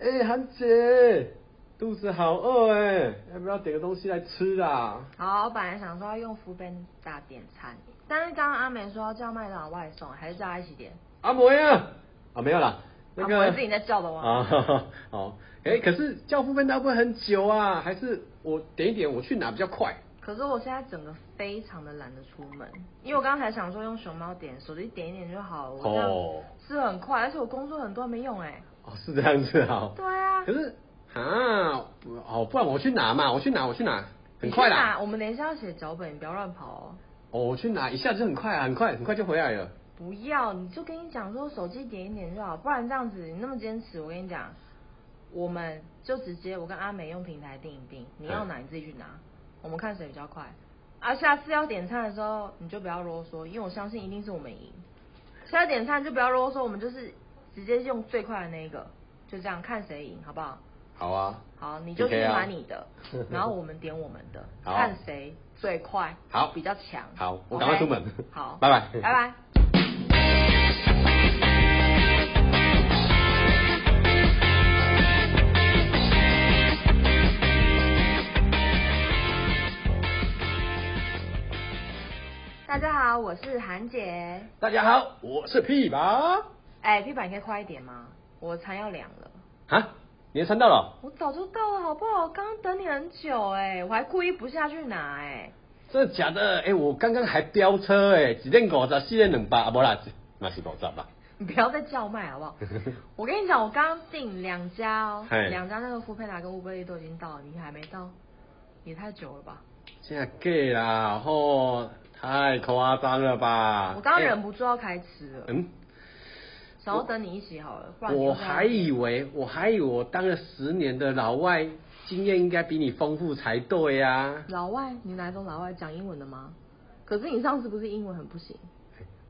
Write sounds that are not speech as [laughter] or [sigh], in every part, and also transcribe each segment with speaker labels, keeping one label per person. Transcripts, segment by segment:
Speaker 1: 哎，韩姐，肚子好饿哎，要不要点个东西来吃啊啦？
Speaker 2: 好，我本来想说要用福本打点餐，但是刚刚阿美说要叫麦当劳外送，还是叫他一起点？
Speaker 1: 阿梅啊，啊没有啦，那
Speaker 2: 阿
Speaker 1: 个
Speaker 2: 梅自己在
Speaker 1: [laughs]
Speaker 2: 叫的吗
Speaker 1: 啊，哈哈好，哎、可是叫副分大不会很久啊，还是我点一点，我去拿比较快。
Speaker 2: 可是我现在整个非常的懒得出门，因为我刚才想说用熊猫点，手机点一点就好了，我这
Speaker 1: 哦
Speaker 2: 样吃很快，而且我工作很多没用哎。
Speaker 1: 哦，是这样子啊。
Speaker 2: 对啊
Speaker 1: 可是啊，不哦，不然我去拿嘛，我去拿，我去拿，很快
Speaker 2: 你去
Speaker 1: 啦
Speaker 2: 哪。我们等一下要写脚本，你不要乱跑哦。
Speaker 1: 哦，我去拿，一下子就很快啊，很快，很快就回来了。
Speaker 2: 不要，你就跟你讲说手机点一点就好，不然这样子你那么坚持，我跟你讲，我们就直接我跟阿美用平台订一订，你要拿你自己去拿，我们看谁比较快。啊，下次要点餐的时候你就不要啰嗦，因为我相信一定是我们赢。下次点餐就不要啰嗦，我们就是直接用最快的那一个，就这样看谁赢，好不好？
Speaker 1: 好啊。
Speaker 2: 好，你就去
Speaker 1: PK 啊 [laughs]
Speaker 2: 拿你的，然后我们点我们的，
Speaker 1: 好
Speaker 2: 看谁最快，
Speaker 1: 好
Speaker 2: 比较强。
Speaker 1: 好我
Speaker 2: OK？
Speaker 1: 赶快出门
Speaker 2: 好，
Speaker 1: [laughs] 拜拜
Speaker 2: 拜拜。大家好，我是韩姐。
Speaker 1: 大家好，我是屁吧。
Speaker 2: 哎、p 版可以快一点吗？我餐要凉了。
Speaker 1: 啊，你的餐到了，
Speaker 2: 我早就到了，好不好？刚刚等你很久哎、我还故意不下去拿哎、 [laughs]
Speaker 1: 真的假的？哎、我刚刚还飙车哎、一点五十，四点两百，啊，不啦，那是五十啦。 [laughs]
Speaker 2: 你不要再叫卖好不好？我跟你讲，我刚刚订两家哦、
Speaker 1: 嗨
Speaker 2: 两家那个富佩达跟乌贝利都已经到了，你还没到，也太久了吧？
Speaker 1: 真的假啦，吼、太夸张了吧！
Speaker 2: 我刚刚
Speaker 1: 哎
Speaker 2: 忍不住要开吃了，
Speaker 1: 嗯，
Speaker 2: 想要等你一起好了，不然你又
Speaker 1: 我
Speaker 2: 在
Speaker 1: 还以为我还以为我当了十年的老外，经验应该比你丰富才对啊呀、
Speaker 2: 老外，你哪一种老外讲英文的吗？可是你上次不是英文很不行？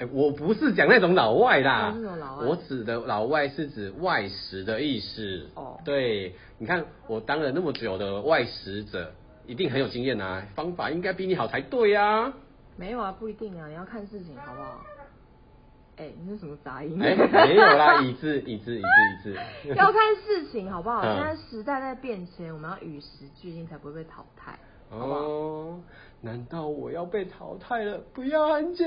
Speaker 1: 哎，我不是讲那种老外啦
Speaker 2: 哦，是那种老外
Speaker 1: 我指的老外是指外食的意思。
Speaker 2: 哦
Speaker 1: 对，你看我当了那么久的外食者，一定很有经验啊，方法应该比你好才对呀、
Speaker 2: [laughs] 没有啊，不一定啊，你要看事情好不好？哎、你是什么杂音？
Speaker 1: 哎、没有啦，椅子椅子椅子椅 [laughs] 子。
Speaker 2: 要看事情好不好？
Speaker 1: 嗯
Speaker 2: 现在时代在变迁，我们要与时俱进，才不会被淘汰，好不好？
Speaker 1: 哦，难道我要被淘汰了？不要，安姐。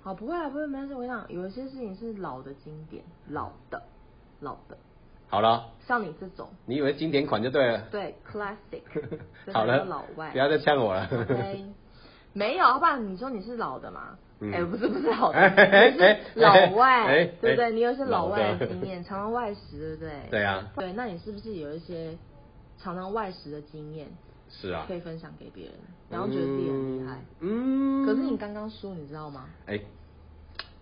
Speaker 2: 好，不会啊，不会，没关系。我跟你讲，有一些事情是老的经典，老的，老的，
Speaker 1: 好了，
Speaker 2: 像你这种，
Speaker 1: 你以为经典款就对
Speaker 2: [laughs]
Speaker 1: 了。 [laughs]
Speaker 2: 对，classic，这才
Speaker 1: 好了
Speaker 2: 叫老，外
Speaker 1: 不要再呛我了。
Speaker 2: ，OK，没有，要不然你说你是老的嘛？
Speaker 1: 嗯
Speaker 2: 哎、不是不是老的，
Speaker 1: 哎哎
Speaker 2: 你
Speaker 1: 哎
Speaker 2: 是老外，
Speaker 1: 哎哎
Speaker 2: 对不对？你有一些老外
Speaker 1: 老的
Speaker 2: 的经验，常常外食，对不对？
Speaker 1: [laughs] 对啊，
Speaker 2: 对，那你是不是有一些常常外食的经验
Speaker 1: 是啊
Speaker 2: 可，以分享给别人，然后觉得自己很厉害？
Speaker 1: 嗯。嗯
Speaker 2: 可是你，刚刚输，你知道吗？
Speaker 1: 哎、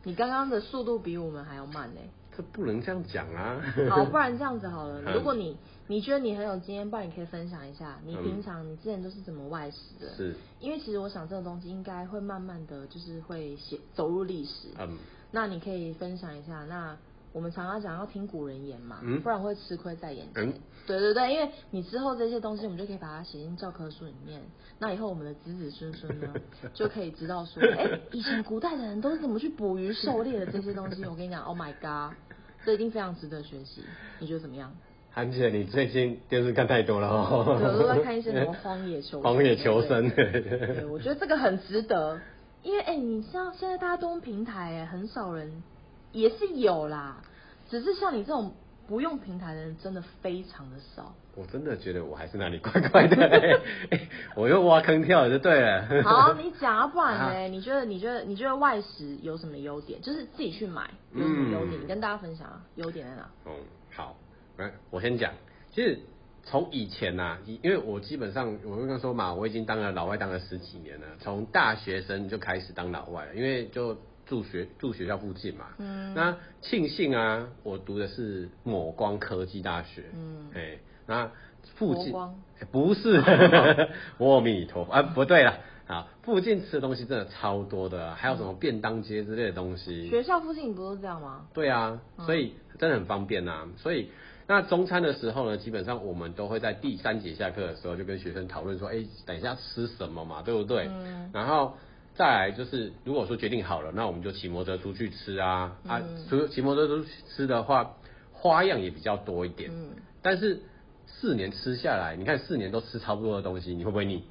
Speaker 2: 你刚刚的速度比我们还要慢呢、
Speaker 1: 这不能这样讲啊。
Speaker 2: 好，哦不然这样子好了，
Speaker 1: 嗯
Speaker 2: 如果你你觉得你很有经验，不然你可以分享一下，你
Speaker 1: 嗯
Speaker 2: 平常你之前都是怎么外食的？
Speaker 1: 是，
Speaker 2: 因为其实我想这个东西应该会慢慢的就是会写走入历史。
Speaker 1: [laughs] 嗯，
Speaker 2: 那你可以分享一下，那我们常常讲要听古人言嘛，
Speaker 1: 嗯
Speaker 2: 不然会吃亏在眼前。
Speaker 1: 嗯
Speaker 2: 对对对，因为你之后这些东西，我们就可以把它写进教科书里面。那以后我们的子子孙孙
Speaker 1: [laughs]
Speaker 2: 呢，就可以知道说，哎、以前古代的人都是怎么去捕鱼、狩猎的这些东西。我跟你讲，Oh my god，这一定非常值得学习。你觉得
Speaker 1: [laughs]
Speaker 2: 怎么样？
Speaker 1: 韩姐，你最近电视看太多了哦。
Speaker 2: 对，我都在看一些什么荒野求生
Speaker 1: 荒野求生。
Speaker 2: 对对对 [laughs] 对，我觉得这个很值得，因为哎、你像现在大家都用平台，哎，很少人也是有啦，只是像你这种不用平台的人，真的非常的 [laughs] 少。
Speaker 1: 我真的觉得我还是哪里怪怪的、
Speaker 2: [laughs]
Speaker 1: 哎我又挖坑跳了就对了。
Speaker 2: 好，你讲啊，不然
Speaker 1: 啊
Speaker 2: 呢？你觉得你觉得你觉得外食有什么优点？就是自己去买有什么优点？
Speaker 1: 嗯
Speaker 2: 你跟大家分享啊，优点在哪？
Speaker 1: [laughs] 嗯，好，来，我先讲。其实从以前呐、以因为我基本上我刚刚说嘛，我已经当了老外当了十几年了，从大学生就开始当老外了，因为就住学住学校附近嘛。
Speaker 2: 嗯
Speaker 1: 那庆幸啊，我读的是抹光科技大学。
Speaker 2: 嗯
Speaker 1: 哎、那附近
Speaker 2: 抹光
Speaker 1: 哎不
Speaker 2: [laughs]
Speaker 1: 是，阿弥陀佛啊，不对了。啊，附近吃的东西真的超多的啊、还有什么便当街之类的东西。
Speaker 2: 嗯学校附近不都这样吗？
Speaker 1: 对啊，
Speaker 2: 嗯
Speaker 1: 所以真的很方便呐、啊所以那中餐的时候呢，基本上我们都会在第三节下课的时候就跟学生讨论说，哎、等一下吃什么嘛，对不对？
Speaker 2: 嗯
Speaker 1: 然后再来就是，如果说决定好了，那我们就骑摩托车出去吃啊、啊
Speaker 2: 嗯，
Speaker 1: 除骑摩托车出去吃的话，花样也比较多一点。
Speaker 2: 嗯
Speaker 1: 但是四年吃下来，你看四年都吃差不多的东西，你会不会腻？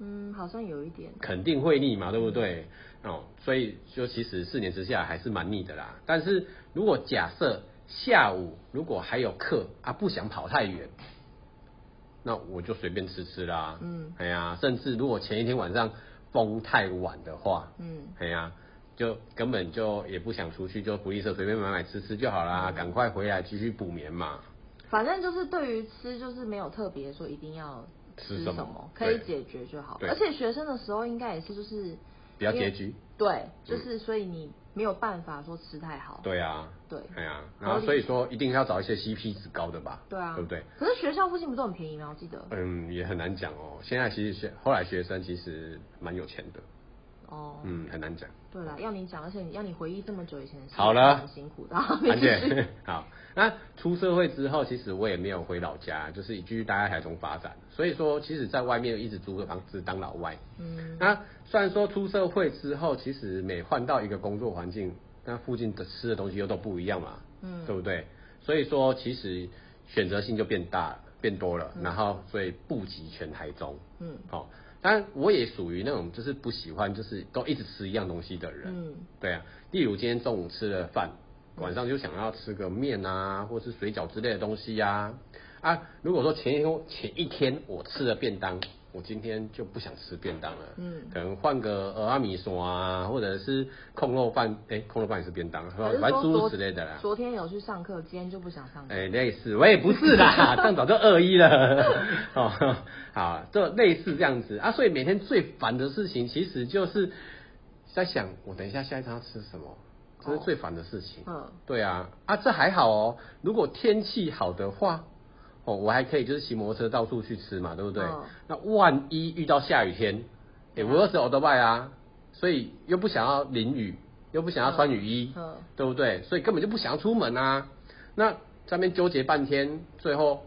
Speaker 2: 嗯，好像有一点。
Speaker 1: 肯定会腻嘛，对不对？
Speaker 2: 嗯
Speaker 1: 哦，所以就其实四年之下还是蛮腻的啦。但是如果假设下午如果还有课啊，不想跑太远，那我就随便吃吃啦。
Speaker 2: 嗯，
Speaker 1: 哎呀，甚至如果前一天晚上封太晚的话，
Speaker 2: 嗯，
Speaker 1: 哎呀，就根本就也不想出去，就福利社随便买买吃吃就好啦，
Speaker 2: 嗯
Speaker 1: 赶快回来继续补眠嘛。
Speaker 2: 反正就是对于吃，就是没有特别说一定要
Speaker 1: 吃
Speaker 2: 吃
Speaker 1: 什
Speaker 2: 什
Speaker 1: 么
Speaker 2: 可以
Speaker 1: 对
Speaker 2: 解决就好。
Speaker 1: 对
Speaker 2: 而且学生的时候应该也是就是
Speaker 1: 比较
Speaker 2: 因为
Speaker 1: 拮据
Speaker 2: 对，就是所以你没有办法说吃太好。
Speaker 1: 嗯对啊，
Speaker 2: 哦对
Speaker 1: 哎呀，
Speaker 2: 合理
Speaker 1: 然后所以说一定要找一些 CP 值高的吧，
Speaker 2: 对啊，
Speaker 1: 对不对？？
Speaker 2: 可是学校附近不都很便宜吗？我记得。
Speaker 1: 嗯，也很难讲哦。现在其实学后来学生其实蛮有钱的，
Speaker 2: 哦，
Speaker 1: 嗯，很
Speaker 2: [laughs]
Speaker 1: 难讲。
Speaker 2: 对了，要你讲，而且你要你回忆这么久以前的事，
Speaker 1: 好了
Speaker 2: 很辛苦的。好
Speaker 1: 而
Speaker 2: 你继续
Speaker 1: 且 [laughs] 好，那出社会之后，其实我也没有回老家，就是继续待在台中发展。所以说，其实在外面一直租的房子当老外。 [laughs]
Speaker 2: 嗯，
Speaker 1: 那虽然说出社会之后，其实每换到一个工作环境，那附近的吃的东西又都不一样嘛，
Speaker 2: 嗯
Speaker 1: 对不对？所以说，其实选择性就变大了，变多了，然后所以布局全台中。
Speaker 2: 嗯
Speaker 1: 好、当然我也属于那种就是不喜欢就是都一直吃一样东西的人。
Speaker 2: 嗯，
Speaker 1: 对啊，例如今天中午吃了饭，晚上就想要吃个面啊，或是水饺之类的东西呀、啊。啊，如果说前一天前一天我吃了便当，我今天就不想吃便当了。
Speaker 2: 嗯，
Speaker 1: [laughs] 可能换个俄阿米索啊，或者是控肉饭，哎、控肉饭也是便当，
Speaker 2: 还是
Speaker 1: 反正
Speaker 2: 说
Speaker 1: 诸如
Speaker 2: 昨
Speaker 1: 此类的啦。
Speaker 2: 昨天有去上课，今天就不想上课。
Speaker 1: 哎、类似，我也不是
Speaker 2: [laughs]
Speaker 1: 啦，这样早就恶意了。 [laughs] 哦，好，就类似这样子啊。所以每天最烦的事情，其实就是在想我等一下下一餐要吃什么，这
Speaker 2: 哦
Speaker 1: 是最烦的事情。
Speaker 2: 嗯
Speaker 1: 对啊，啊，这还好哦。如果天气好的话，哦，我还可以就是骑摩托车到处去吃嘛，对不对？
Speaker 2: 嗯
Speaker 1: 那万一遇到下雨天，哎、
Speaker 2: 嗯
Speaker 1: 我又是 o l d b y 啊，所以又不想要淋雨，又不想要穿雨衣，
Speaker 2: 嗯嗯
Speaker 1: 对不对？所以根本就不想要出门啊。那在那边纠结半天，最后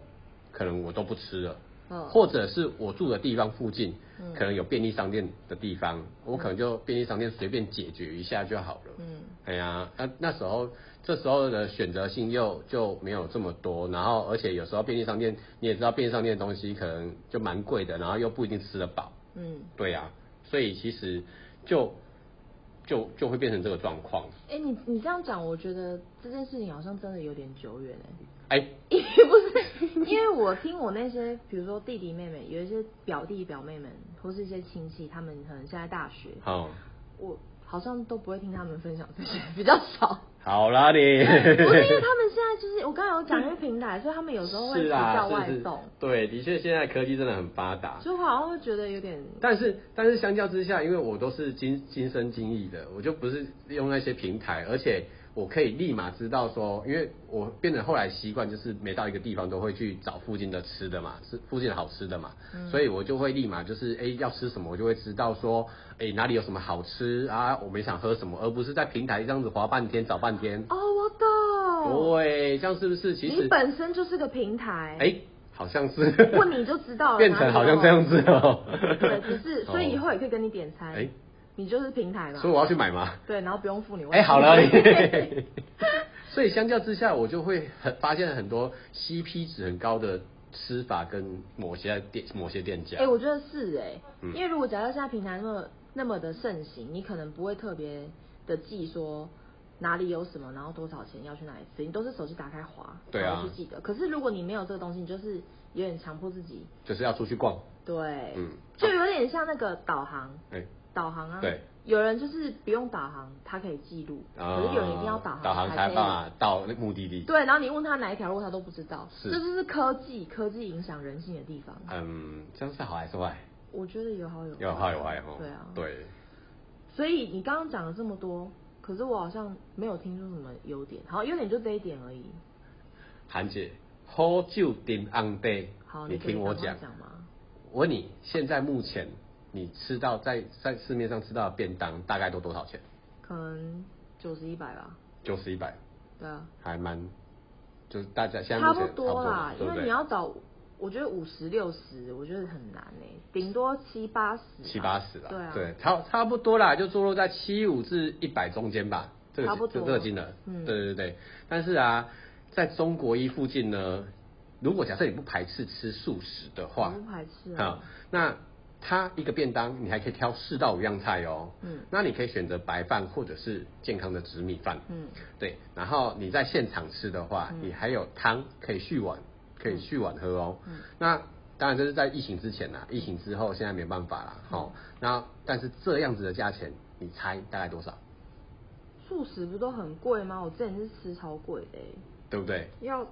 Speaker 1: 可能我都不吃了。
Speaker 2: 嗯
Speaker 1: 或者是我住的地方附近，
Speaker 2: 嗯
Speaker 1: 可能有便利商店的地方，我可能就便利商店随便解决一下就好了。
Speaker 2: 嗯，
Speaker 1: 哎呀，那那时候这时候的选择性又就没有这么多，然后而且有时候便利商店你也知道，便利商店的东西可能就蛮贵的，然后又不一定吃得饱。
Speaker 2: 嗯，
Speaker 1: 对啊，所以其实就就就会变成这个状况。
Speaker 2: 哎、你你这样讲，我觉得这件事情好像真的有点久远哎、
Speaker 1: 哎、
Speaker 2: 也不是， [laughs] 因为我听我那些，比如说弟弟妹妹，有一些表弟表妹们，或是一些亲戚，他们可能现在大学，
Speaker 1: 好、
Speaker 2: 我好像都不会听他们分享这些，比较
Speaker 1: [laughs]
Speaker 2: 少。
Speaker 1: 好啦你，
Speaker 2: 不是因为他们现在就是我刚才有讲因为平台，所以他们有时候会
Speaker 1: [laughs] 是
Speaker 2: 比
Speaker 1: 啦
Speaker 2: 较外
Speaker 1: 是是啊
Speaker 2: 送，
Speaker 1: 对，的确现在科技真的很发达，
Speaker 2: 所以我好像会觉得有点
Speaker 1: 但是但是相较之下，因为我都是亲亲身经历的，我就不是用那些平台，而且我可以立马知道说，因为我变成后来习惯就是每到一个地方都会去找附近的吃的嘛，是附近的好吃的嘛，
Speaker 2: 嗯
Speaker 1: 所以我就会立马就是哎、诶要吃什么，我就会知道说哎、诶哪里有什么好吃啊，我们想喝什么，而不是在平台这样子滑半天找半天。
Speaker 2: 哦，我懂，
Speaker 1: 对，这样是不是？哦其
Speaker 2: 你
Speaker 1: 实
Speaker 2: 哦本身就是个平台
Speaker 1: 哎、，好像是。
Speaker 2: 问你就知道
Speaker 1: [laughs]
Speaker 2: 了，
Speaker 1: 变成好像这样子哦、
Speaker 2: 对，只是所以以后也可以跟你点餐，
Speaker 1: 哎
Speaker 2: 你就是平台
Speaker 1: 哦
Speaker 2: 嘛
Speaker 1: 所，以我要去买吗？
Speaker 2: 对，然后不用付你位置。
Speaker 1: 哎、好了，你所以相较之下，我就会很发现很多 CP 值很高的吃法跟某些店某些店家。
Speaker 2: 哎、我觉得是哎、
Speaker 1: 嗯
Speaker 2: 因为如果假设现在平台那么那么的盛行，你可能不会特别的记说哪里有什么，然后多少钱要去哪里吃，你都是手机打开滑，
Speaker 1: 对啊
Speaker 2: 才会去记得。可是如果你没有这个东西，你就是有点强迫自己，
Speaker 1: 就是要出去逛，
Speaker 2: 对，
Speaker 1: 嗯
Speaker 2: 就有点像那个导航，
Speaker 1: 哎、
Speaker 2: 导航啊，
Speaker 1: 对，
Speaker 2: 有人就是不用导航，他可以记录，
Speaker 1: 啊
Speaker 2: 可是有人一定要导航，
Speaker 1: 导航才啊
Speaker 2: 可
Speaker 1: 办
Speaker 2: 以
Speaker 1: 法到那目的地。
Speaker 2: 对，然后你问他哪一条路，他都不知道，
Speaker 1: 是
Speaker 2: 这就是科技，科技影响人性的地方。
Speaker 1: 嗯，这样是好还是坏？
Speaker 2: 我觉得有好有坏
Speaker 1: 有好有坏哦。
Speaker 2: 对啊，。
Speaker 1: 对，
Speaker 2: 所以你刚刚讲了这么多，可是我好像没有听出什么优点，好，优点就这一点而已。
Speaker 1: 韩姐，喝酒顶暗杯
Speaker 2: 好，，
Speaker 1: 你
Speaker 2: 可以
Speaker 1: 听我
Speaker 2: 赶快
Speaker 1: 讲。
Speaker 2: 讲嘛。
Speaker 1: 我问你，现在目前你吃到在在市面上吃到的便当大概都多少钱？
Speaker 2: 可能九十一百吧，
Speaker 1: 九十一百，
Speaker 2: 对啊，
Speaker 1: 还蛮，就是大家现在
Speaker 2: 差
Speaker 1: 目前
Speaker 2: 不多
Speaker 1: 嘛
Speaker 2: 啦，
Speaker 1: 对不
Speaker 2: 因为
Speaker 1: 对
Speaker 2: 你要找，我觉得五十六十，我觉得很难诶、顶多七八十，
Speaker 1: 七八十啦，
Speaker 2: 对啊，
Speaker 1: 差差不多啦，就坐落在七五至一百中间吧，这个
Speaker 2: 差不
Speaker 1: 这
Speaker 2: 多
Speaker 1: 这个金额，
Speaker 2: 嗯
Speaker 1: 对对对。但是啊，在中国一附近呢，如果假设你不排斥吃素食的话，
Speaker 2: 我不排斥
Speaker 1: 好
Speaker 2: 啊，，
Speaker 1: 那它一个便当你还可以挑四到五样菜哦。
Speaker 2: 嗯
Speaker 1: 那你可以选择白饭或者是健康的紫米饭。
Speaker 2: 嗯，
Speaker 1: 对，然后你在现场吃的话，
Speaker 2: 嗯
Speaker 1: 你还有汤可以续碗，可以续碗喝哦。
Speaker 2: 嗯
Speaker 1: 那当然这是在疫情之前啦，疫情之后现在没办法啦。好、那但是这样子的价钱，你猜大概多少？
Speaker 2: 素食不都很贵吗？我之前是吃超贵的、欸，
Speaker 1: 对不对？
Speaker 2: 要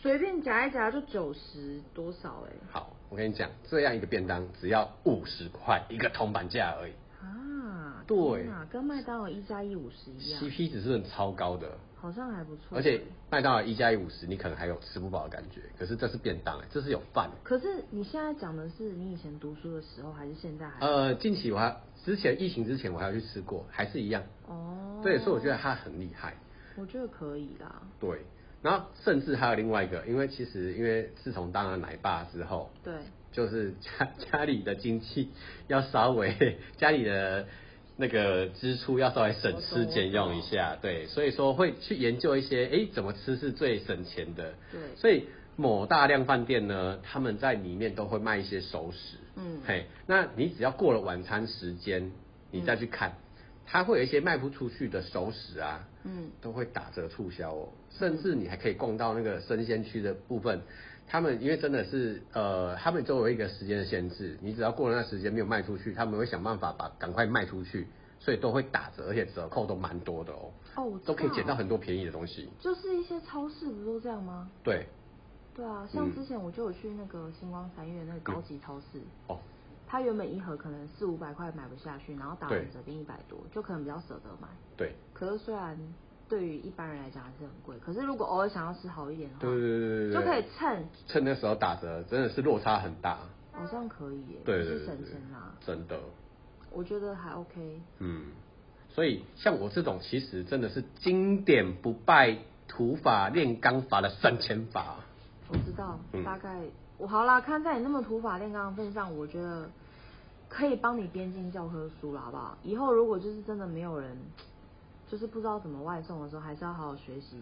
Speaker 2: 随便夹一夹就九十多少哎、
Speaker 1: 好，我跟你讲，这样一个便当只要五十块一个铜板价而已
Speaker 2: 啊，
Speaker 1: 对
Speaker 2: 天哪跟麦当劳一加一五十一样，
Speaker 1: ，CP 值是很超高的。
Speaker 2: 好像还不错。
Speaker 1: 而且，麦当劳一加一五十，你可能还有吃不饱的感觉，可是这是便当、欸，这是有饭、
Speaker 2: 可是你现在讲的是你以前读书的时候，还是现在还？
Speaker 1: 呃，近期我还之前疫情之前我还要去吃过，还是一样。
Speaker 2: 哦，
Speaker 1: 对，所以我觉得它很厉害。
Speaker 2: 我觉得可以啦。
Speaker 1: 对，然后甚至还有另外一个，因为其实因为自从当了奶爸之后，
Speaker 2: 对，
Speaker 1: 就是家家里的经济要稍微 [laughs] 家里的那个支出要稍微省吃俭用一下，对，所以说会去研究一些诶怎么吃是最省钱的，
Speaker 2: 对
Speaker 1: 所以某大量饭店呢，他们在里面都会卖一些熟食，
Speaker 2: 嗯
Speaker 1: 嘿，那你只要过了晚餐时间，你再去看，它会有一些卖不出去的熟食啊，
Speaker 2: 嗯，
Speaker 1: 都会打折促销哦，甚至你还可以逛到那个生鲜区的部分。他们因为真的是呃，他们都有一个时间的限制，你只要过了那时间没有卖出去，他们会想办法把赶快卖出去，所以都会打折，而且折扣都蛮多的哦，
Speaker 2: 哦，我知道
Speaker 1: 都可以捡到，很多便宜的东西。
Speaker 2: 就是一些超市不都这样吗？
Speaker 1: 对，
Speaker 2: 对啊，像
Speaker 1: 嗯
Speaker 2: 之前我就有去那个星光三月那个高级超市，
Speaker 1: 哦，
Speaker 2: 它原本一盒可能四五百块买不下去，然后打完
Speaker 1: 对
Speaker 2: 折变一百多，就可能比较舍得买。
Speaker 1: 对，
Speaker 2: 可是虽然对于一般人来讲还是很贵，可是如果偶尔想要吃好一点的话，
Speaker 1: 对对对对对
Speaker 2: 就可以趁，
Speaker 1: 趁那时候打折真的是落差很大。
Speaker 2: 好像可以耶，
Speaker 1: 对
Speaker 2: 就
Speaker 1: 对对
Speaker 2: 是
Speaker 1: 对
Speaker 2: 省钱啊啦，
Speaker 1: 真的，
Speaker 2: 我觉得还 OK。
Speaker 1: 嗯，所以像我这种其实真的是经典不败土法炼钢法的省钱法。
Speaker 2: 我知道，
Speaker 1: 嗯
Speaker 2: 大概我好啦，看在你那么土法炼钢的份上，我觉得可以帮你编进教科书了，好不好？以后如果就是真的没有人，就是不知道怎么外送的时候，还是要好好学习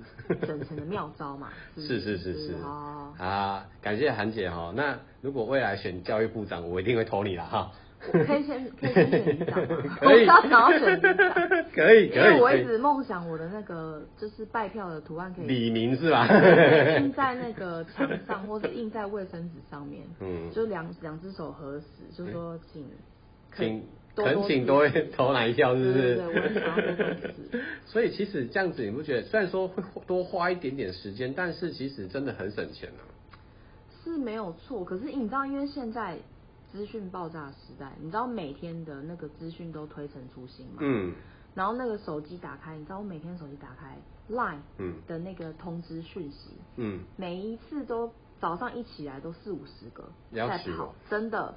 Speaker 2: 省钱的妙招
Speaker 1: [laughs]
Speaker 2: 嘛。不
Speaker 1: 是是是
Speaker 2: 是
Speaker 1: 是
Speaker 2: 不，好好
Speaker 1: [laughs]
Speaker 2: 嗯好
Speaker 1: 啊，感谢韩姐哈。那如果未来选教育部长，我一定会投你了哈。？
Speaker 2: 我可以先可以先选里长吗
Speaker 1: [laughs] 可以
Speaker 2: 我知道想要选里长，
Speaker 1: 可以
Speaker 2: 因
Speaker 1: 可以
Speaker 2: 为我
Speaker 1: 可
Speaker 2: 一
Speaker 1: 以，
Speaker 2: 直梦想我的那个就是拜票的图案可以
Speaker 1: 李明是吧？
Speaker 2: 印在那个墙上，或者印在卫生纸上面，
Speaker 1: 嗯
Speaker 2: 就两两只手合十，就说请
Speaker 1: 请
Speaker 2: 多多
Speaker 1: 恳请
Speaker 2: 支
Speaker 1: 多
Speaker 2: 持
Speaker 1: 投哪一票哦是不是？
Speaker 2: 对对对我也想要多多支持
Speaker 1: 所以其实这样子，你不觉得虽然说会多花一点点时间，但是其实真的很省钱啊。
Speaker 2: 是没有错，可是你知道，因为现在资讯爆炸的时代，你知道每天的那个资讯都推陈出新嘛？。
Speaker 1: 嗯
Speaker 2: 然后那个手机打开，你知道我每天手机打开 Line
Speaker 1: 嗯
Speaker 2: 的那个通知讯息，
Speaker 1: 嗯，
Speaker 2: 每一次都早上一起来都四五十个
Speaker 1: 了
Speaker 2: 在
Speaker 1: 解
Speaker 2: 跑
Speaker 1: 哦，[laughs]
Speaker 2: 真的，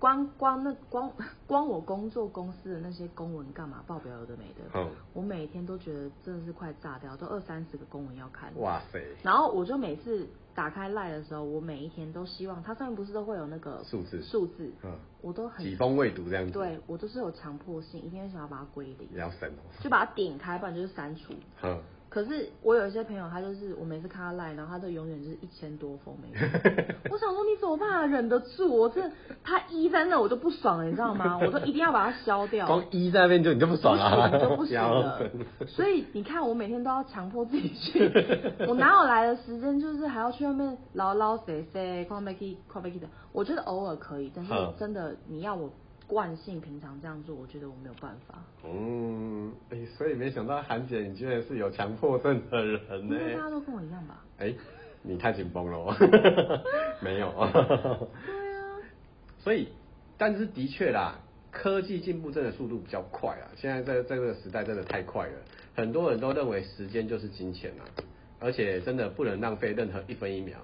Speaker 2: 光光那光光我工作公司的那些公文干嘛报表有的没的，
Speaker 1: 好，
Speaker 2: 我每天都觉得真的是快炸掉，都二三十个公文要看。
Speaker 1: 哇塞，嗯
Speaker 2: 然后我就每次打开赖的时候，我每一天都希望它上面不是都会有那个
Speaker 1: 数字
Speaker 2: 数字，
Speaker 1: 嗯
Speaker 2: 我都很
Speaker 1: 几封未读这样子，，
Speaker 2: 对我都是有强迫性，一定会想要把它归零，
Speaker 1: 要省哦。
Speaker 2: 就把它点开，不然就是删除。
Speaker 1: 嗯，
Speaker 2: 可是我有一些朋友，他就是我每次看他赖，然后他都永远就是一千多封没
Speaker 1: [laughs]
Speaker 2: 看。我想说你怎么办、啊、忍得住？我真的他一在那我就不爽了，你知道
Speaker 1: [laughs]
Speaker 2: 吗？我都一定要把它消掉。
Speaker 1: 光一在那边就你就不爽啊，
Speaker 2: 不行就不行
Speaker 1: 要 [laughs]
Speaker 2: 了
Speaker 1: 省。
Speaker 2: 所以你看，我每天都要强迫自己去， [laughs] 我哪有来的时间，就是还要去外面唠唠谁谁，快被 k 快被 k 的。我觉得偶尔可以，但是
Speaker 1: 嗯
Speaker 2: 真的你要我惯性平常这样做，我觉得我没有办法。
Speaker 1: 嗯，哎、所以没想到韩姐你居然是有强迫症的人
Speaker 2: 应
Speaker 1: 呢、
Speaker 2: 该大家都跟我一样吧？
Speaker 1: 哎、你太紧绷了
Speaker 2: [laughs]
Speaker 1: 哦，没有。
Speaker 2: 对啊，
Speaker 1: 所以，但是的确啦，科技进步真的速度比较快啊。现在在在这个时代真的太快了，很多人都认为时间就是金钱啊，而且真的不能浪费任何一分一秒。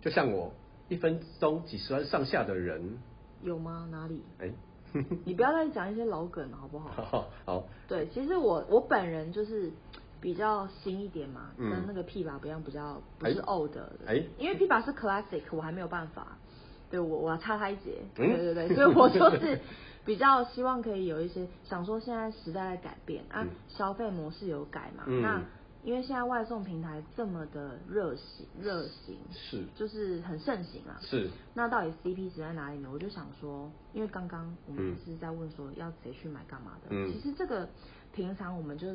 Speaker 1: 就像我，一分钟几十万上下的人，
Speaker 2: 有吗？哪里？
Speaker 1: 哎、
Speaker 2: 你不要再讲一些老梗了好不好？
Speaker 1: 好 [laughs] 好，
Speaker 2: 对，其实我我本人就是比较新一点嘛，
Speaker 1: 嗯
Speaker 2: 跟那个 P 吧不一样，比较不是
Speaker 1: 哎
Speaker 2: old 的，
Speaker 1: 哎
Speaker 2: 因为 P 吧是 classic，我还没有办法，对我我要差他一截，
Speaker 1: 嗯
Speaker 2: 对对对，所以我
Speaker 1: [laughs]
Speaker 2: 就是比较希望可以有一些想说现在时代在改变啊，
Speaker 1: 嗯
Speaker 2: 消费模式有改嘛，
Speaker 1: 嗯
Speaker 2: 那。因为现在外送平台这么的热行热行，
Speaker 1: 是
Speaker 2: 就是很盛行啊。
Speaker 1: 是，
Speaker 2: 那到底 CP 值在哪里呢？我就想说，因为刚刚我们
Speaker 1: 嗯
Speaker 2: 不是在问说要谁去买干嘛的，
Speaker 1: 嗯
Speaker 2: 其实这个平常我们就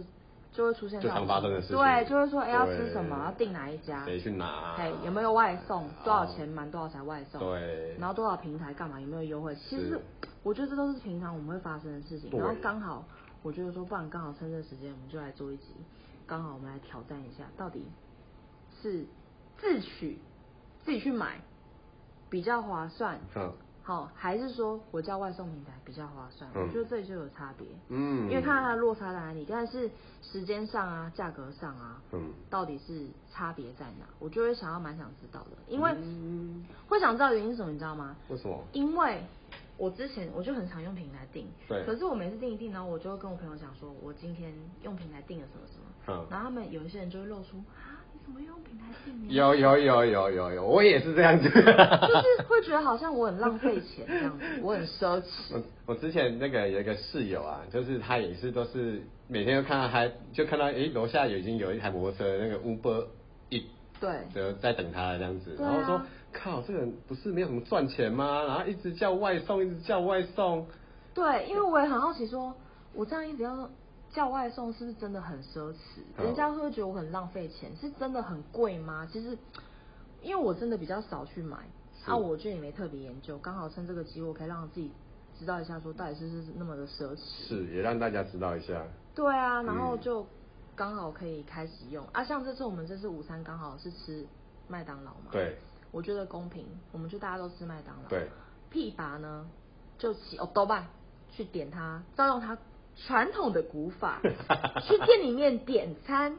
Speaker 2: 就会出现
Speaker 1: 就
Speaker 2: 这种
Speaker 1: 常发生的事情
Speaker 2: 对，就会说哎、要吃
Speaker 1: 对
Speaker 2: 什么，要订哪一家，
Speaker 1: 谁去拿啊
Speaker 2: 哎有没有外送，多少
Speaker 1: 哦
Speaker 2: 钱满多少才外送，
Speaker 1: 对
Speaker 2: 然后多少平台干嘛有没有优惠，其实
Speaker 1: 是
Speaker 2: 我觉得这都是平常我们会发生的事情，
Speaker 1: 对
Speaker 2: 然后刚好我觉得说，不然刚好趁这时间我们就来做一集，刚好我们来挑战一下，到底是自取自己去买比较划算，
Speaker 1: 嗯
Speaker 2: 好、还是说我叫外送平台比较划算？
Speaker 1: 嗯
Speaker 2: 我觉得这里就有差别，
Speaker 1: 嗯
Speaker 2: 因为看到它的落差在哪里，但是时间上啊，价格上啊，
Speaker 1: 嗯
Speaker 2: 到底是差别在哪，我就会想要蛮想知道的，因为
Speaker 1: 嗯
Speaker 2: 会想知道原因是什么，你知道吗？
Speaker 1: 为什么？
Speaker 2: 因为我之前我就很常用平台订，
Speaker 1: 对
Speaker 2: 可是我每次订一订，然后我就会跟我朋友讲说，我今天用平台订了什么什么，
Speaker 1: 嗯
Speaker 2: 然后他们有一些人就会露出啊，你怎么用平台订啊？
Speaker 1: 有有有有有有，我也是这样子。 [laughs]
Speaker 2: 就是会觉得好像我很浪费钱这样子，我很奢侈
Speaker 1: [laughs] 我。我之前那个有一个室友啊，就是他也是都是每天都看到他，就看到诶楼下有已经有一台摩托车，那个 Uber 一
Speaker 2: 对，
Speaker 1: 就在等他这样子，
Speaker 2: 对
Speaker 1: 然
Speaker 2: 啊
Speaker 1: 后我说靠，这个人不是没有什么赚钱吗？然后一直叫外送，一直叫外送，
Speaker 2: 对，因为我也很好奇说，我这样一直要叫外送，是不是真的很奢侈？
Speaker 1: 嗯
Speaker 2: 人家会不会觉得我很浪费钱？是真的很贵吗？其实，因为我真的比较少去买，
Speaker 1: 是
Speaker 2: 啊，我觉得也没特别研究，刚好趁这个机会，我可以让自己知道一下，说到底是不是那么的奢侈？
Speaker 1: 是也让大家知道一下，
Speaker 2: 对啊，然后
Speaker 1: 嗯
Speaker 2: 就刚好可以开始用、啊。像这次我们这次午餐刚好是吃麦当劳嘛，
Speaker 1: 对，
Speaker 2: 我觉得公平，我们就大家都吃麦当劳。 [laughs]
Speaker 1: 对，
Speaker 2: 屁拔呢就骑哦豆瓣去点它，照用它传统的古法
Speaker 1: [laughs]
Speaker 2: 去店里面点餐。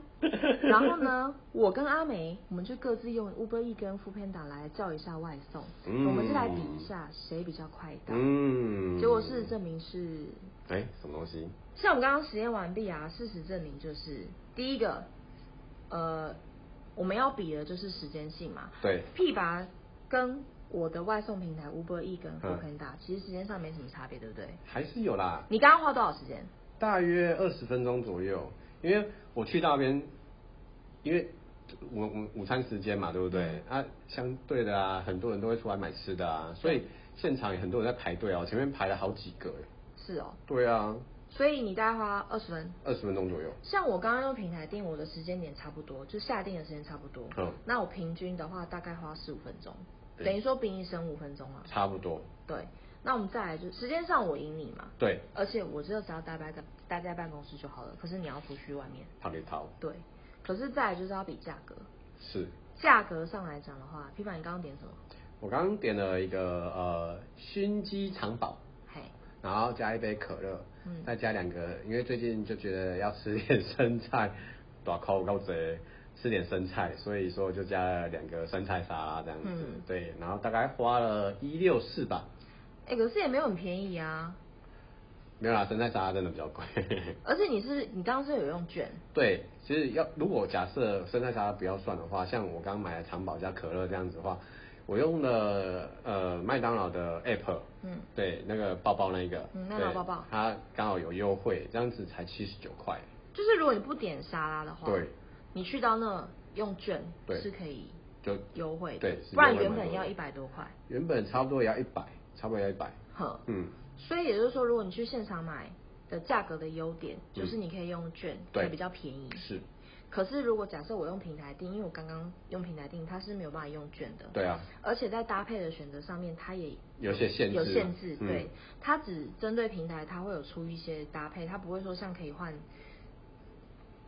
Speaker 2: 然后呢，我跟阿梅，我们就各自用 Uber E 跟 f o o Panda 来叫一下外送，
Speaker 1: 嗯
Speaker 2: 我们就来比一下谁比较快到。
Speaker 1: 嗯，
Speaker 2: 结果事实证明是
Speaker 1: 哎、什么东西？
Speaker 2: 像我们刚刚实验完毕啊，事实证明就是第一个，呃，我们要比的就是时间性嘛。
Speaker 1: 对
Speaker 2: 屁拔跟我的外送平台 Uber E 跟
Speaker 1: 嗯
Speaker 2: f o o p a n d a 其实时间上没什么差别，对不对？
Speaker 1: 还是有啦，
Speaker 2: 你刚刚花多少时间？
Speaker 1: 大约二十分钟左右，因为我去那边，因为我我午餐时间嘛，对不对？啊，相对的啊，很多人都会出来买吃的啊，所以现场有很多人在排队啊，我前面排了好几个耶。
Speaker 2: 是哦，
Speaker 1: 对啊，
Speaker 2: 所以你大概花二十分。
Speaker 1: 二十分钟左右。
Speaker 2: 像我刚刚用平台定，我的时间点差不多，就下定的时间差不多。
Speaker 1: 嗯
Speaker 2: 那我平均的话，大概花十五分钟，
Speaker 1: 对嗯
Speaker 2: 等于说比你省五分钟啊。
Speaker 1: 差不多，
Speaker 2: 对，那我们再来就时间上我赢你嘛。
Speaker 1: 对，
Speaker 2: 而且我知道只要待办待在办公室就好了，可是你要出去外面。
Speaker 1: 怕给逃
Speaker 2: 对，可是再来就是要比价格，
Speaker 1: 是。
Speaker 2: 价格上来讲的话，皮板你刚刚点什么？
Speaker 1: 我刚刚点了一个呃熏鸡肠堡，
Speaker 2: 嘿，
Speaker 1: 然后加一杯可乐，
Speaker 2: 嗯
Speaker 1: 再加两个，因为最近就觉得要吃点生菜，大口高贼吃点生菜，所以说就加了两个生菜沙拉这样子，
Speaker 2: 嗯
Speaker 1: 对，然后大概花了一六四吧，
Speaker 2: 哎、可是也没有很便宜啊，
Speaker 1: 没有啦，生菜沙拉真的比较贵。 [laughs]
Speaker 2: 而且你是你刚刚是有用券，
Speaker 1: 对，其实要如果假设生菜沙拉不要算的话，像我刚买的长堡加可乐这样子的话，我用了呃麦当劳的 app，
Speaker 2: 嗯，
Speaker 1: 对，那个抱抱那个，
Speaker 2: 嗯麦当劳
Speaker 1: 对
Speaker 2: 抱抱
Speaker 1: 它刚好有优惠，这样子才七十九块，
Speaker 2: 就是如果你不点沙拉的话，
Speaker 1: 对，
Speaker 2: 你去到那用券
Speaker 1: 对
Speaker 2: 是可以
Speaker 1: 就
Speaker 2: 优惠的，
Speaker 1: 对是
Speaker 2: 不然
Speaker 1: 优惠
Speaker 2: 原
Speaker 1: 蛮
Speaker 2: 本
Speaker 1: 多
Speaker 2: 要
Speaker 1: 的
Speaker 2: 一百多块，
Speaker 1: 原本差不多也要一百，差不多要一百，
Speaker 2: 呵，
Speaker 1: 嗯，
Speaker 2: 所以也就是说，如果你去现场买的价格的优点，就是你可以用券，
Speaker 1: 嗯对
Speaker 2: 会比较便宜，
Speaker 1: 是，
Speaker 2: 可是如果假设我用平台订，因为我刚刚用平台订，它是没有办法用券的。
Speaker 1: 对啊，
Speaker 2: 而且在搭配的选择上面，它也
Speaker 1: 有些限制
Speaker 2: 有限制，
Speaker 1: 嗯
Speaker 2: 对，它只针对平台，它会有出一些搭配，它不会说像可以换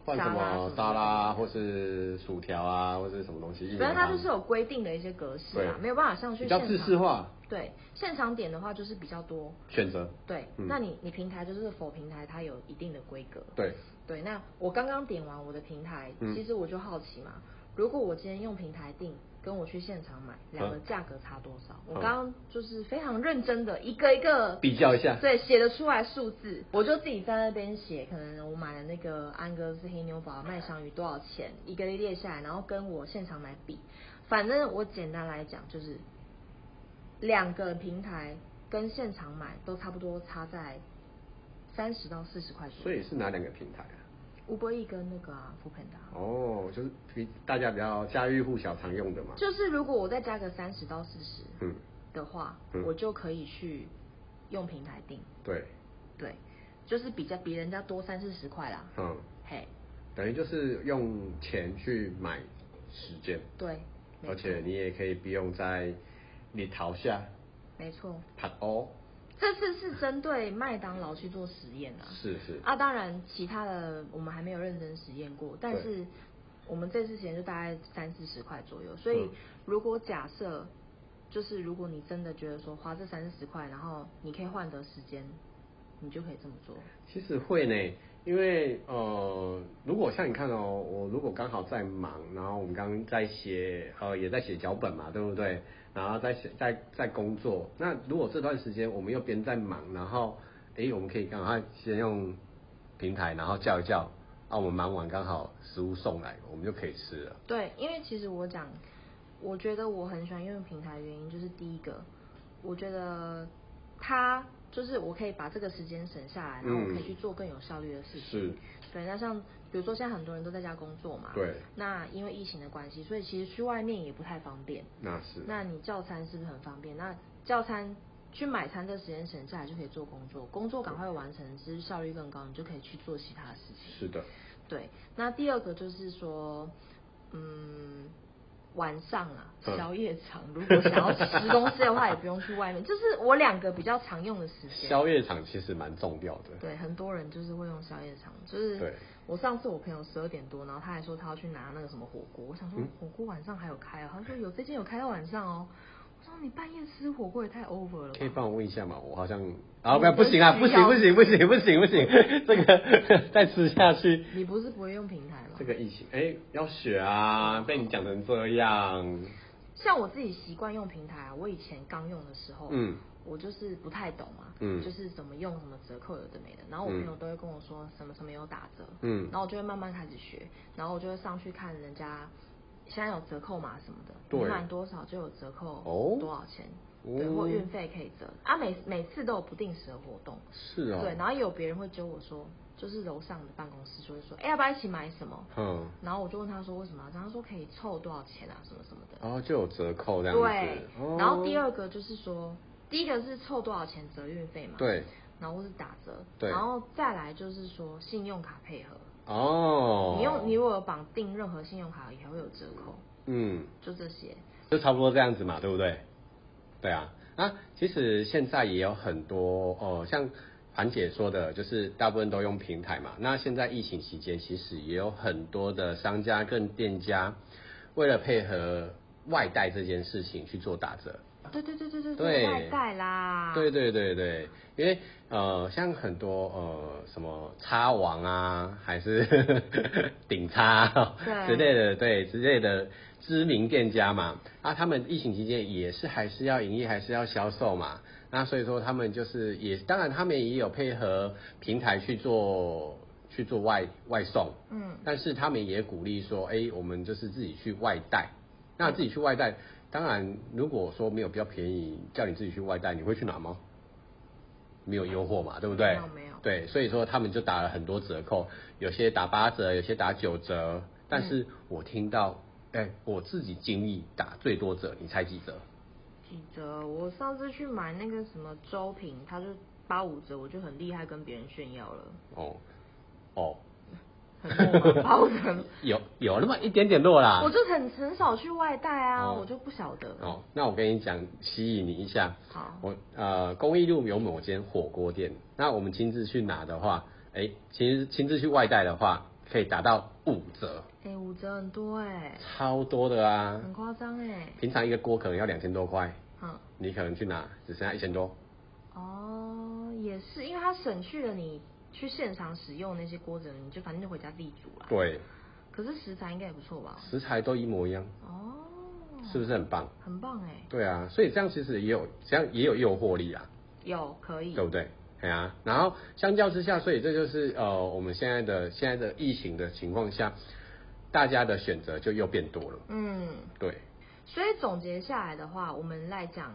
Speaker 1: 换什
Speaker 2: 沙拉
Speaker 1: 么
Speaker 2: 什么
Speaker 1: 沙拉啊
Speaker 2: 的
Speaker 1: 或是薯条啊，或是什么东西，
Speaker 2: 反正它
Speaker 1: 一年
Speaker 2: 就是
Speaker 1: 半
Speaker 2: 有规定的一些格式啊，
Speaker 1: 对
Speaker 2: 没有办法像去
Speaker 1: 比较
Speaker 2: 现
Speaker 1: 自
Speaker 2: 场
Speaker 1: 式化
Speaker 2: 对，现场点的话就是比较多。
Speaker 1: 选择，
Speaker 2: 对，
Speaker 1: 嗯
Speaker 2: 那你你平台就是否平台，它有一定的规格。
Speaker 1: 对，
Speaker 2: 对，那我刚刚点完我的平台，
Speaker 1: 嗯
Speaker 2: 其实我就好奇嘛，如果我今天用平台订，跟我去现场买，两个
Speaker 1: 嗯
Speaker 2: 价格差多少？
Speaker 1: 嗯
Speaker 2: 我刚刚就是非常认真的一个一个
Speaker 1: 比较一下
Speaker 2: 呃对，写得出来数字，我就自己在那边写，可能我买了那个安格斯黑牛堡麦香鱼多少钱，一个列下来，然后跟我现场买比，反正我简单来讲就是两个平台跟现场买都差不多差在三十到四十块左右，
Speaker 1: 所以是哪两个平台啊？
Speaker 2: 吴伯义跟那个啊福盆达。
Speaker 1: 哦，就是比大家比较家喻户晓常用的嘛。
Speaker 2: 就是如果我再加个三十到四十
Speaker 1: 嗯，
Speaker 2: 的话，
Speaker 1: 嗯
Speaker 2: 我就可以去用平台订，
Speaker 1: 对，
Speaker 2: 对，就是比较比人家多三四十块啦，
Speaker 1: 嗯，
Speaker 2: 嘿，
Speaker 1: 等于就是用钱去买时间，
Speaker 2: 对，没
Speaker 1: 而且你也可以不用在你逃下
Speaker 2: 没错，
Speaker 1: 拍哦，
Speaker 2: 这次是针对麦当劳去做实验啊，
Speaker 1: 是是，
Speaker 2: 啊，当然其他的我们还没有认真实验过，但
Speaker 1: 对
Speaker 2: 是我们这次实验就大概三四十块左右，所以
Speaker 1: 嗯
Speaker 2: 如果假设就是如果你真的觉得说花这三四十块，然后你可以换得时间，你就可以这么做，
Speaker 1: 其实会呢，因为呃，如果像你看哦，我如果刚好在忙，然后我们刚刚在写呃也在写脚本嘛，对不对？然后在写在在工作，那如果这段时间我们又边在忙，然后诶，我们可以刚好先用平台，然后叫一叫，啊，我们忙完刚好食物送来，我们就可以吃了。
Speaker 2: 对，因为其实我讲，我觉得我很喜欢用平台的原因就是第一个，我觉得它就是我可以把这个时间省下来，然后我可以
Speaker 1: 嗯
Speaker 2: 去做更有效率的事情。
Speaker 1: 是，
Speaker 2: 对，那像比如说现在很多人都在家工作嘛，
Speaker 1: 对，
Speaker 2: 那因为疫情的关系，所以其实去外面也不太方便。
Speaker 1: 那是
Speaker 2: 那你叫餐是不是很方便？那叫餐去买餐这时间省下来就可以做工作，工作赶快完成，其实效率更高，你就可以去做其他的事情。
Speaker 1: 是的，
Speaker 2: 对，那第二个就是说，嗯，晚上啊，
Speaker 1: 嗯
Speaker 2: 宵夜场，如果想要吃东西的话，也不用去外面。就是我两个比较常用的时间。
Speaker 1: 宵夜场其实蛮重要的，
Speaker 2: 对，很多人就是会用宵夜场，就是
Speaker 1: 对
Speaker 2: 我上次我朋友十二点多，然后他还说他要去拿那个什么火锅，我想
Speaker 1: 嗯
Speaker 2: 说火锅晚上还有开、哦，他说有这间有开到晚上哦，我说你半夜吃火锅也太 over 了吧，
Speaker 1: 可以帮我问一下吗？我好像啊，不不行啊，不
Speaker 2: 需
Speaker 1: 行
Speaker 2: 要
Speaker 1: 不行不行不行不行， [laughs] 这个再吃下去，
Speaker 2: 你不是不会用平台吗？
Speaker 1: 这个疫情哎、要学啊，被你讲成这样，
Speaker 2: 像我自己习惯用平台啊，我以前刚用的时候，
Speaker 1: 嗯，
Speaker 2: 我就是不太懂嘛，
Speaker 1: 嗯
Speaker 2: 就是怎么用什么折扣有的没的，然后我朋友都会跟我说什么什么有打折，
Speaker 1: 嗯
Speaker 2: 然后我就会慢慢开始学，然后我就会上去看人家现在有折扣码什么的，
Speaker 1: 对
Speaker 2: 你满多少就有折扣，
Speaker 1: 哦
Speaker 2: 多少钱，
Speaker 1: 哦
Speaker 2: 对，或运费可以折，啊每每次都有不定时的活动，
Speaker 1: 是哦，
Speaker 2: 对，然后也有别人会揪我说，就是楼上的办公室就会说，哎、要不要一起买什么？
Speaker 1: 嗯，
Speaker 2: 然后我就问他说为什么要这样，他说可以凑多少钱啊，什么什么的。
Speaker 1: 然后就有折扣这样
Speaker 2: 对
Speaker 1: 子，哦，
Speaker 2: 然后第二个就是说，第一个是凑多少钱折运费嘛，，
Speaker 1: 对
Speaker 2: 然后或是打折，
Speaker 1: 对
Speaker 2: 然后再来就是说信用卡配合，
Speaker 1: 哦，
Speaker 2: 你用你如果有绑定任何信用卡也会有折扣，
Speaker 1: 嗯。
Speaker 2: 就这些，
Speaker 1: 就差不多这样子嘛，对不对？对啊，啊，其实现在也有很多哦，像韩姐说的，就是大部分都用平台嘛。那现在疫情期间，其实也有很多的商家跟店家，为了配合外带这件事情去做打折。
Speaker 2: 对对对对对
Speaker 1: 对
Speaker 2: 外带啦，
Speaker 1: 对对对对，因为呃，像很多呃什么叉王啊，还是 [laughs] 顶叉、
Speaker 2: 对
Speaker 1: 之类的，对之类的知名店家嘛，啊，他们疫情期间也是还是要营业，还是要销售嘛，那所以说他们就是也，当然他们也有配合平台去做去做外外送，
Speaker 2: 嗯，
Speaker 1: 但是他们也鼓励说，哎、我们就是自己去外带。那
Speaker 2: 嗯
Speaker 1: 自己去外带，当然如果说没有比较便宜，叫你自己去外带，你会去哪吗？没有诱惑嘛，对不对？
Speaker 2: 没有没有
Speaker 1: 对，所以说他们就打了很多折扣，有些打八折，有些打九折。但是我听到，哎、我自己经历打最多折，你猜几折？
Speaker 2: 几折？我上次去买那个什么周品，他就八五折，我就很厉害跟别人炫耀了，
Speaker 1: 哦，哦，
Speaker 2: 很
Speaker 1: [laughs]
Speaker 2: 弱吗八五折。
Speaker 1: 有有那么一点点弱啦。
Speaker 2: 我就很很少去外带啊，
Speaker 1: 啊哦
Speaker 2: 我就不晓得。
Speaker 1: 哦，那我跟你讲，吸引你一下。
Speaker 2: 好，
Speaker 1: 我呃，公益路有某间火锅店，那我们亲自去拿的话，哎、其实亲自去外带的话，可以打到五折，
Speaker 2: 哎，五折很多哎、
Speaker 1: 超多的啊！
Speaker 2: 很夸张哎。
Speaker 1: 平常一个锅可能要两千多块，
Speaker 2: 嗯，
Speaker 1: 你可能去拿只剩下一千多。
Speaker 2: 哦，也是，因为它省去了你去现场使用那些锅子，你就反正就回家自己煮啦。
Speaker 1: 对，
Speaker 2: 可是食材应该也不错吧？
Speaker 1: 食材都一模一样，
Speaker 2: 哦，
Speaker 1: 是不是很棒？
Speaker 2: 很棒哎、
Speaker 1: 对啊，所以这样其实也有这样也有诱惑力啊，
Speaker 2: 有可以
Speaker 1: 对。不对？哎呀、然后相较之下，所以这就是呃我们现在的现在的疫情的情况下，大家的选择就又变多了。
Speaker 2: 嗯，
Speaker 1: 对，
Speaker 2: 所以总结下来的话，我们来讲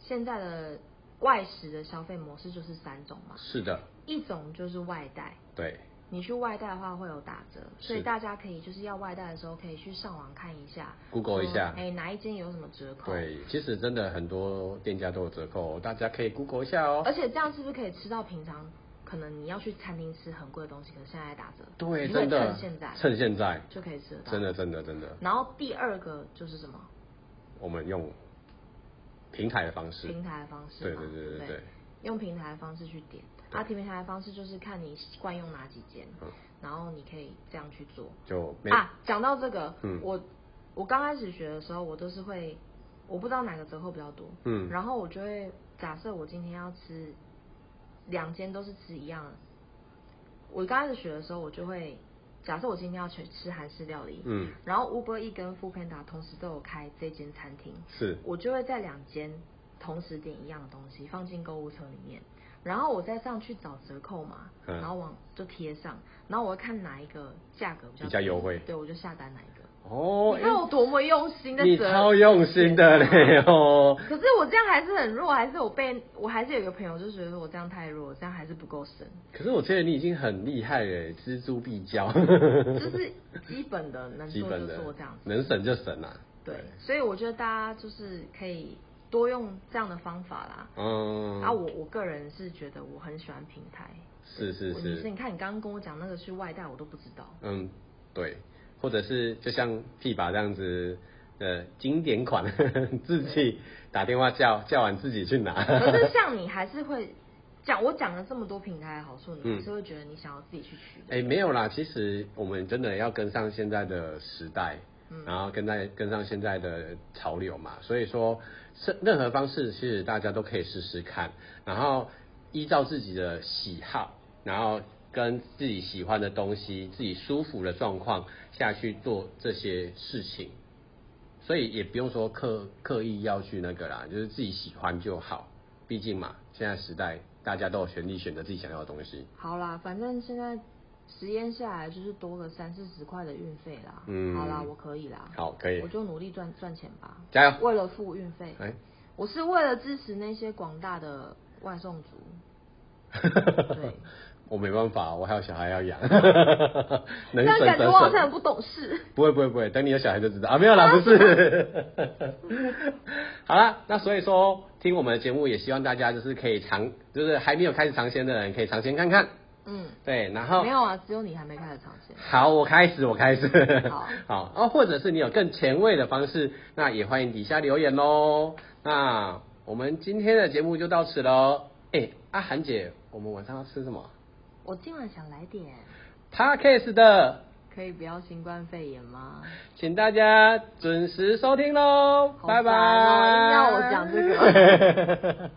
Speaker 2: 现在的外食的消费模式就是三种嘛，
Speaker 1: 是的，
Speaker 2: 一种就是外带，
Speaker 1: 对，
Speaker 2: 你去外带的话会有打折，
Speaker 1: 是
Speaker 2: 所以大家可以就是要外带的时候可以去上网看一下
Speaker 1: Google 一下
Speaker 2: 说哎，哪一间有什么折扣？，
Speaker 1: 对，其实真的很多店家都有折扣，大家可以 Google 一下哦。
Speaker 2: 而且这样是不是可以吃到平常可能你要去餐厅吃很贵的东西，可是现在打折，
Speaker 1: 对，
Speaker 2: 你可以
Speaker 1: 真的，
Speaker 2: 趁现在
Speaker 1: 趁现在，
Speaker 2: 就可以吃得到。
Speaker 1: 真的，真的，真的，
Speaker 2: 然后第二个就是什么
Speaker 1: 我们用平台的方式，
Speaker 2: 平台的方式
Speaker 1: 对
Speaker 2: 嘛，
Speaker 1: 对对
Speaker 2: 不
Speaker 1: 对对，
Speaker 2: 用平台的方式去点。
Speaker 1: 对
Speaker 2: 啊，平台的方式就是看你惯用哪几间，
Speaker 1: 嗯，
Speaker 2: 然后你可以这样去做。
Speaker 1: 就没
Speaker 2: 啊，讲到这个，
Speaker 1: 嗯
Speaker 2: 我我刚开始学的时候，我都是会，我不知道哪个折扣比较多，
Speaker 1: 嗯
Speaker 2: 然后我就会假设我今天要吃两间都是吃一样的，我刚开始学的时候，我就会假设我今天要去吃韩式料理，
Speaker 1: 嗯
Speaker 2: 然后 Uber E 跟 Food Panda 同时都有开这间餐厅，
Speaker 1: 是
Speaker 2: 我就会在两间同时点一样的东西放进购物车里面，然后我再上去找折扣码，
Speaker 1: 嗯
Speaker 2: 然后往就贴上，然后我会看哪一个价格比较
Speaker 1: 比较优惠
Speaker 2: 对我就下单哪一个。
Speaker 1: 哦，
Speaker 2: 你看我多么用心的
Speaker 1: 你
Speaker 2: 折
Speaker 1: 超用心的嘞哦，
Speaker 2: 可是我这样还是很弱，还是我被我还是有一个朋友就觉得我这样太弱，这样还是不
Speaker 1: [laughs]
Speaker 2: 够深，
Speaker 1: 可是我觉得你已经很厉害了，锱铢必较，
Speaker 2: 就是基本的能
Speaker 1: 基
Speaker 2: 做
Speaker 1: 本
Speaker 2: 就
Speaker 1: 的
Speaker 2: 做这样子。
Speaker 1: 能省就省啦、
Speaker 2: 对，所以我觉得大家就是可以多用这样的方法啦。
Speaker 1: 嗯，
Speaker 2: 啊，我我个人是觉得我很喜欢平台，
Speaker 1: 是是
Speaker 2: 我你
Speaker 1: 是，
Speaker 2: 你看你刚刚跟我讲那个去外带，我都不知
Speaker 1: [laughs]
Speaker 2: 道。
Speaker 1: 嗯，对，或者是就像 P 吧这样子。呃，经典款 [laughs] 自己打电话叫，叫完自己去拿。 [laughs]
Speaker 2: 可是像你还是会讲，我讲了这么多平台的好处，你
Speaker 1: 嗯
Speaker 2: 还是会觉得你想要自己去取的。
Speaker 1: 哎、没有啦，其实我们真的要跟上现在的时代，
Speaker 2: 嗯
Speaker 1: 然后跟在跟上现在的潮流嘛，所以说是任何方式，其实大家都可以试试看，然后依照自己的喜好，然后跟自己喜欢的东西、自己舒服的状况下去做这些事情，所以也不用说刻刻意要去那个啦，就是自己喜欢就好，毕竟嘛，现在时代大家都有权利选择自己想要的东西，
Speaker 2: 好啦，反正现在实验下来就是多了三四十块的运费啦。
Speaker 1: 嗯
Speaker 2: 好啦，我可以啦，
Speaker 1: 好，可以
Speaker 2: 我，就努力赚赚钱吧。
Speaker 1: 加油。
Speaker 2: 为了付运费，
Speaker 1: 哎，
Speaker 2: 我是为了支持那些广大的外送族。对，
Speaker 1: [laughs] 我没办法，我还有小孩要
Speaker 2: [laughs]
Speaker 1: 养，
Speaker 2: 这
Speaker 1: 能
Speaker 2: 样
Speaker 1: 省
Speaker 2: 感觉
Speaker 1: 则
Speaker 2: 我好像
Speaker 1: 省。
Speaker 2: 很不懂事。
Speaker 1: [laughs] 不会不会不会，等你有小孩就知道啊，没 [laughs] 有啦，不是。好啦，那所以说听我们的节目，也希望大家就是可以尝，就是还没有开始尝鲜的人可以尝鲜看看。
Speaker 2: 嗯，
Speaker 1: 对，然后
Speaker 2: 没有啊，只有你还没开始尝鲜。
Speaker 1: 好，我开始，我开始。
Speaker 2: 好，
Speaker 1: [laughs] 好，哦，或者是你有更前卫的方式，那也欢迎底下留言喽。那我们今天的节目就到此喽。哎，阿涵姐，我们晚上要吃什么
Speaker 2: 我今晚想来点，
Speaker 1: ？Parkes 的
Speaker 2: 可以不要新冠肺炎吗？
Speaker 1: 请大家准时收听喽，
Speaker 2: 好
Speaker 1: 拜
Speaker 2: 烦
Speaker 1: 拜。 [laughs]
Speaker 2: 哦硬要我讲这个。